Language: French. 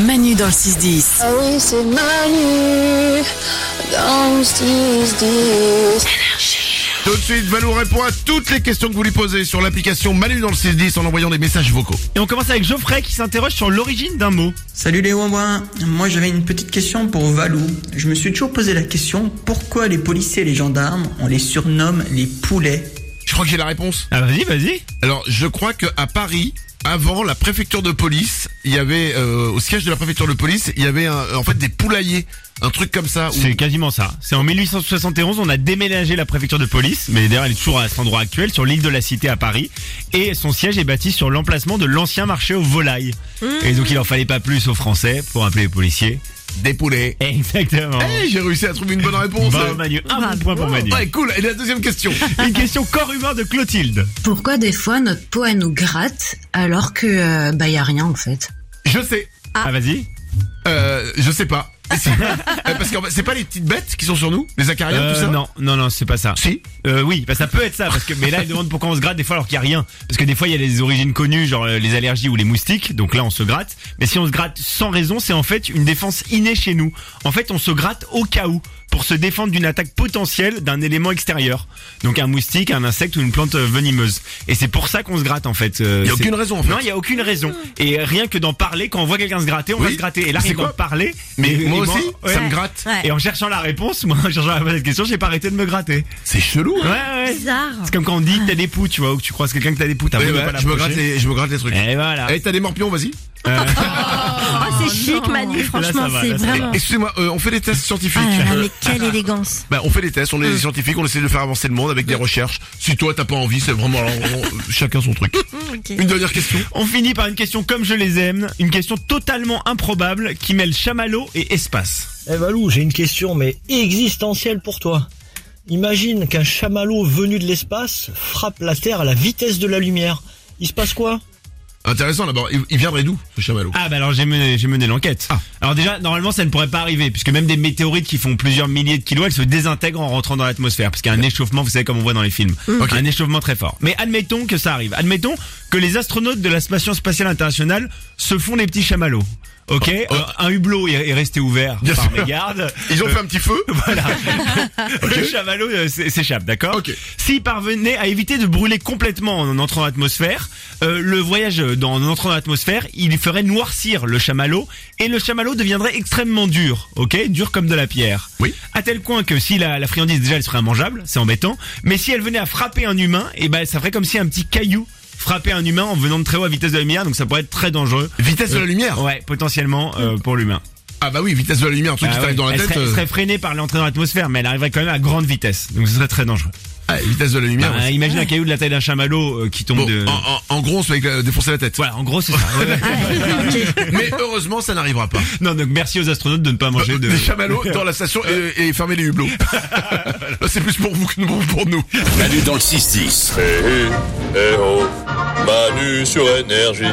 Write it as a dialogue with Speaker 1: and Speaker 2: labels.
Speaker 1: Manu dans le 6-10.
Speaker 2: Ah oui, c'est Manu dans le 6-10.
Speaker 3: Tout de suite, Valou répond à toutes les questions que vous lui posez sur l'application Manu dans le 610 en envoyant des messages vocaux.
Speaker 4: Et on commence avec Geoffrey qui s'interroge sur l'origine d'un mot.
Speaker 5: Salut les Wawins, moi j'avais une petite question pour Valou. Je me suis toujours posé la question pourquoi les policiers et les gendarmes, on les surnomme les poulets
Speaker 3: Je crois que j'ai la réponse.
Speaker 4: Ah vas-y, vas-y.
Speaker 3: Alors, je crois que à Paris, avant la préfecture de police, il y avait euh, au siège de la préfecture de police, il y avait un- euh, en fait des poulaillers, un truc comme ça. où-
Speaker 4: C'est quasiment ça. C'est en 1871, on a déménagé la préfecture de police, mais d'ailleurs elle est toujours à cet endroit actuel, sur l'île de la Cité à Paris, et son siège est bâti sur l'emplacement de l'ancien marché aux volailles. Et donc il en fallait pas plus aux Français pour appeler les policiers.
Speaker 3: Des poulets.
Speaker 4: Exactement.
Speaker 3: Eh, j'ai réussi à trouver une bonne réponse.
Speaker 4: Bravo Manu, un bon point pour Manu.
Speaker 3: Ouais, cool. Et la deuxième question.
Speaker 4: Une question corps humain de Clotilde.
Speaker 6: Pourquoi des fois notre peau elle nous gratte alors que euh, bah y a rien en fait
Speaker 3: Je sais.
Speaker 4: Ah, vas-y.
Speaker 3: Euh, je sais pas. C'est- Euh, Parce que c'est pas les petites bêtes qui sont sur nous, les acariens,
Speaker 4: Euh,
Speaker 3: tout ça.
Speaker 4: non, non, non, c'est pas ça.
Speaker 3: Si.
Speaker 4: Euh, oui, bah, ça peut être ça, parce que mais là elle demande pourquoi on se gratte des fois alors qu'il y a rien, parce que des fois il y a les origines connues, genre euh, les allergies ou les moustiques, donc là on se gratte. Mais si on se gratte sans raison, c'est en fait une défense innée chez nous. En fait, on se gratte au cas où pour se défendre d'une attaque potentielle d'un élément extérieur, donc un moustique, un insecte ou une plante euh, venimeuse. Et c'est pour ça qu'on se gratte en fait. euh,
Speaker 3: Il y a
Speaker 4: c'est-
Speaker 3: aucune raison en fait.
Speaker 4: Non, il y a aucune raison. Et rien que d'en parler, quand on voit quelqu'un se gratter, on
Speaker 3: Oui.
Speaker 4: va se gratter. Et là,
Speaker 3: C'est
Speaker 4: rien que
Speaker 3: quoi
Speaker 4: d'en parler.
Speaker 3: Mais
Speaker 4: et-
Speaker 3: moi
Speaker 4: et
Speaker 3: aussi, ça
Speaker 4: ouais.
Speaker 3: me gratte.
Speaker 7: Ouais.
Speaker 4: Et en cherchant la réponse, moi, en cherchant la bonne question, j'ai pas arrêté de me gratter.
Speaker 3: C'est chelou.
Speaker 4: Ouais,
Speaker 3: hein.
Speaker 4: ouais.
Speaker 7: Bizarre.
Speaker 4: C'est comme quand on dit que t'as des poux, tu vois, ou que tu croises quelqu'un que t'as des poux, t'as
Speaker 3: Ouais,
Speaker 4: beau ne
Speaker 3: ouais,
Speaker 4: pas
Speaker 3: je me gratte
Speaker 4: l'approcher. ben.
Speaker 3: les, je me gratte les trucs.
Speaker 4: Et voilà.
Speaker 3: Eh, t'as des morpions, vas-y.
Speaker 7: Oh, c'est chic, Manu. Franchement,
Speaker 4: ça va,
Speaker 7: c'est
Speaker 4: là, ça va.
Speaker 7: vraiment.
Speaker 3: Excusez-moi, euh, on fait des tests scientifiques.
Speaker 7: Ah là là, mais quelle élégance.
Speaker 3: Bah, on fait des tests, on est des scientifiques, on essaie de faire avancer le monde avec des recherches. Si toi t'as pas envie, c'est vraiment alors, on- chacun son truc. Une dernière question.
Speaker 4: On finit par une question comme je les aime, une question totalement improbable qui mêle chamallow et espace.
Speaker 8: Eh Valou, j'ai une question mais existentielle pour toi. Imagine qu'un chamallow venu de l'espace frappe la Terre à la vitesse de la lumière. Il se passe quoi
Speaker 3: Intéressant d'abord, il, il viendrait d'où ce chamallow
Speaker 4: Ah bah alors j'ai mené, j'ai mené l'enquête.
Speaker 3: Ah.
Speaker 4: Alors déjà, normalement ça ne pourrait pas arriver, puisque même des météorites qui font plusieurs milliers de kilos, elles se déintègrent en rentrant dans l'atmosphère, parce qu'il y a un échauffement, vous savez comme on voit dans les films.
Speaker 3: Mm. Ok.
Speaker 4: Un échauffement très fort. Mais admettons que ça arrive. Admettons que les astronautes de la Station Spatiale Internationale se font des petits chamallows. Ok,
Speaker 3: Oh.
Speaker 4: Euh, un hublot est est resté ouvert
Speaker 3: Bien
Speaker 4: par
Speaker 3: sûr.
Speaker 4: mégarde.
Speaker 3: Ils ont fait un petit feu
Speaker 4: Voilà. Le chamallow euh, s- s'échappe, d'accord
Speaker 3: Ok.
Speaker 4: S'il parvenait à éviter de brûler complètement en entrant dans l'atmosphère, euh, le voyage euh, dans, en entrant dans l'atmosphère, il ferait noircir le chamallow et le chamallow deviendrait extrêmement dur, ok Dur comme de la pierre.
Speaker 3: Oui.
Speaker 4: À tel point que si la, la friandise déjà elle serait immangeable, c'est embêtant, mais si elle venait à frapper un humain, et ben ça ferait comme si un petit caillou frappait un humain en venant de très haut à vitesse de la lumière, donc ça pourrait être très dangereux.
Speaker 3: Vitesse de la lumière
Speaker 4: Ouais, potentiellement euh, pour l'humain.
Speaker 3: Ah bah oui, vitesse de la lumière, un truc
Speaker 4: Ah
Speaker 3: qui
Speaker 4: ouais,
Speaker 3: t'arrive dans la
Speaker 4: elle,
Speaker 3: tête.
Speaker 4: serait, elle
Speaker 3: euh,
Speaker 4: serait freinée par l'entrée dans l'atmosphère, mais elle arriverait quand même à grande vitesse. Donc ce serait très dangereux.
Speaker 3: ah, vitesse de la lumière.
Speaker 4: Bah,
Speaker 3: ouais.
Speaker 4: imagine un caillou de la taille d'un chamallow euh, qui tombe
Speaker 3: Bon,
Speaker 4: de...
Speaker 3: en, en- en gros, on se fait euh, défoncer la tête.
Speaker 4: Voilà, en gros c'est ça. Ouais, ouais.
Speaker 3: Mais heureusement, ça n'arrivera pas.
Speaker 4: non, donc merci aux astronautes de ne pas manger de...
Speaker 3: Des Bah, chamallows dans la station et, et fermer les hublots. Là, c'est plus pour vous que nous- pour nous.
Speaker 9: Manu dans le 6-10.
Speaker 10: Eh, eh, eh oh, Manu sur énergie.